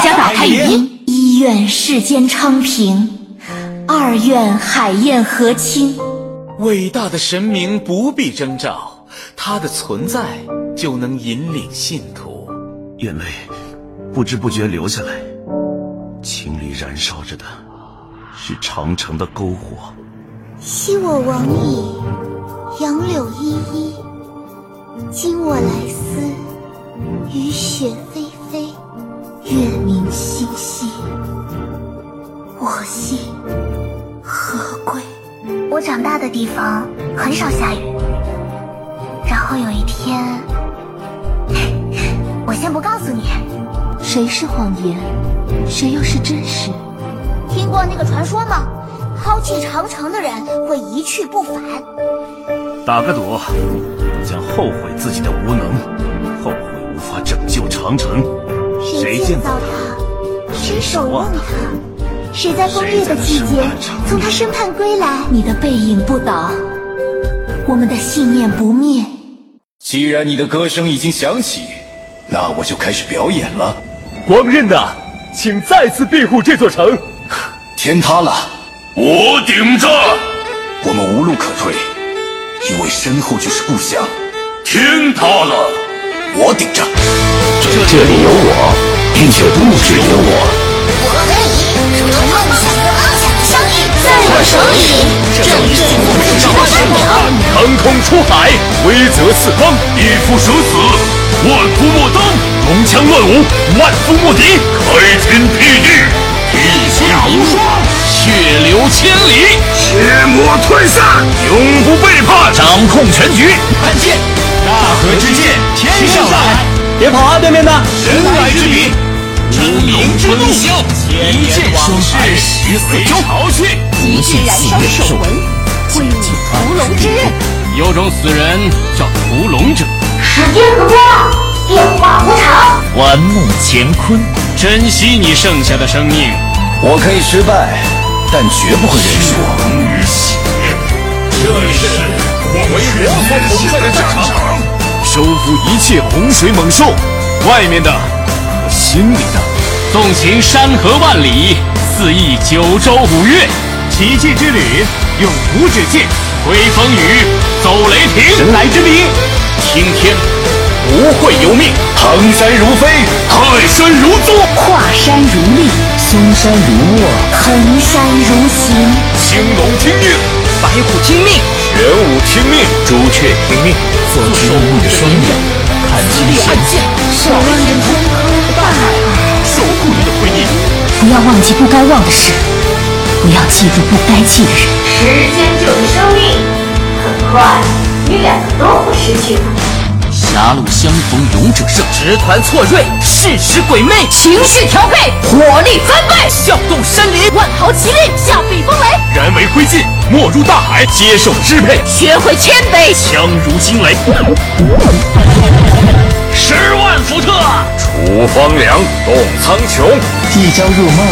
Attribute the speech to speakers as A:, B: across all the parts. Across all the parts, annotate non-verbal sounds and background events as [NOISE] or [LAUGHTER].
A: 家打开语音。
B: 一愿世间昌平，二愿海晏河清。
C: 伟大的神明不必征兆，他的存在就能引领信徒。
D: 眼泪不知不觉流下来，情里燃烧着的是长城的篝火。
E: 昔我往矣，杨柳依依；今我来思，雨雪霏霏。
B: 月明星稀，我心何归？
E: 我长大的地方很少下雨，然后有一天，我先不告诉你。
B: 谁是谎言，谁又是真实？
E: 听过那个传说吗？抛弃长城的人会一去不返。
D: 打个赌，将后悔自己的无能，后悔无法拯救长城。
E: 谁建造它？谁守望它？谁在风月的季节从他身畔归来？
B: 你的背影不倒，我们的信念不灭。
F: 既然你的歌声已经响起，那我就开始表演了。
G: 光刃的，请再次庇护这座城。
F: 天塌了，
H: 我顶着。
F: 我们无路可退，因为身后就是故乡。
H: 天塌了，
F: 我顶着。
I: 这里有我，并且不只有我。
J: 我跟你如同梦想和翱翔的相遇，在我手里，这与幸福是什么代表？
G: 腾空出海，威泽四方，
H: 一夫舍死，万夫莫当，
G: 龙枪乱舞，万夫莫敌，
H: 开天辟地，
K: 天下无双，
L: 血流千里，
H: 切莫退散，
G: 永不背叛，
L: 掌控全局。
K: 看剑，
L: 大河之剑，天上来，
K: 别跑啊，对面的！
H: 神来之笔。
L: 出名之路，一剑双排，
G: 与随潮去；
L: 一剑
J: 燃烧手纹，挥舞屠龙之刃。
L: 有种死人叫屠龙者。
J: 时间如波，变化无常，
L: 玩弄乾坤。珍惜你剩下的生命。
F: 我可以失败，但绝不会认输。
H: 这里是我为人所崇拜的战场，
G: 收服一切洪水猛兽。外面的。心里的，
L: 纵情山河万里，肆意九州五岳，
G: 奇迹之旅，永无止境。
L: 挥风雨，走雷霆，
G: 神来之笔，
L: 听天，不会由命。
H: 横山如飞，泰山如坐，
B: 跨山如立，
I: 嵩山如卧，
B: 衡山如行。
H: 青龙听运，
K: 白虎听命，
H: 玄武听命，
L: 朱雀听命，
I: 做出你的双眼。
K: 看清楚，
B: 守望着天空大海，
H: 守护你的回忆。
B: 不要忘记不该忘的事，不要记住不该记的人。
J: 时间就是生命，很快你两个都会失去的。
L: 狭路相逢勇者胜，
K: 直团错锐，适时鬼魅，
J: 情绪调配，火力翻倍，
K: 啸动山林，
J: 万豪齐力，下避风雷，
G: 燃为灰烬，没入大海，接受支配，
J: 学会谦卑，
G: 枪如惊
L: [LAUGHS]
G: 雷。
L: 十万伏特，
H: 楚方凉，动苍穹，
I: 一朝入梦，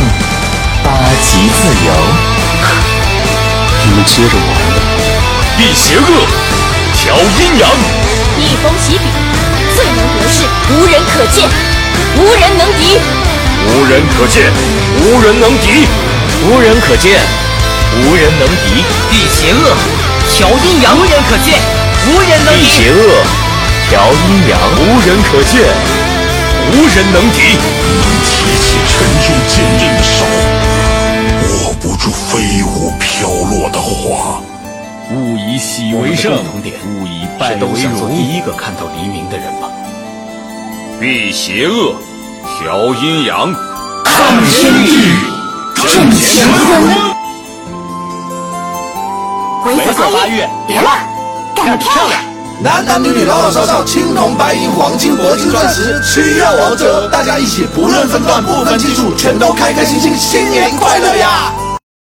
I: 八极自由。
D: 你们接着玩吧。
H: 避邪恶，调阴阳，
J: 一风起笔，最能得势，无人可见，无人能敌，
H: 无人可见，无人能敌，
L: 无人可见，无人能敌。
K: 避邪恶，调阴阳，无人可见，无人能敌。
L: 避邪恶。调阴阳，
H: 无人可见，无人能敌。
D: 能提起沉入坚韧的手，
H: 握不住飞舞飘落的花。
L: 勿以喜为胜，勿以败为
C: 荣。做第一个看到黎明的人吧。
H: 避邪恶，调阴阳，
D: 抗天地，正乾坤。
B: 回
L: 首八月，
B: 别了，干得漂亮！
M: 男男女女老老少少，青铜白银黄金铂金钻石，需要王者，大家一起不论分段不分基础，全都开开心心，新年快乐呀！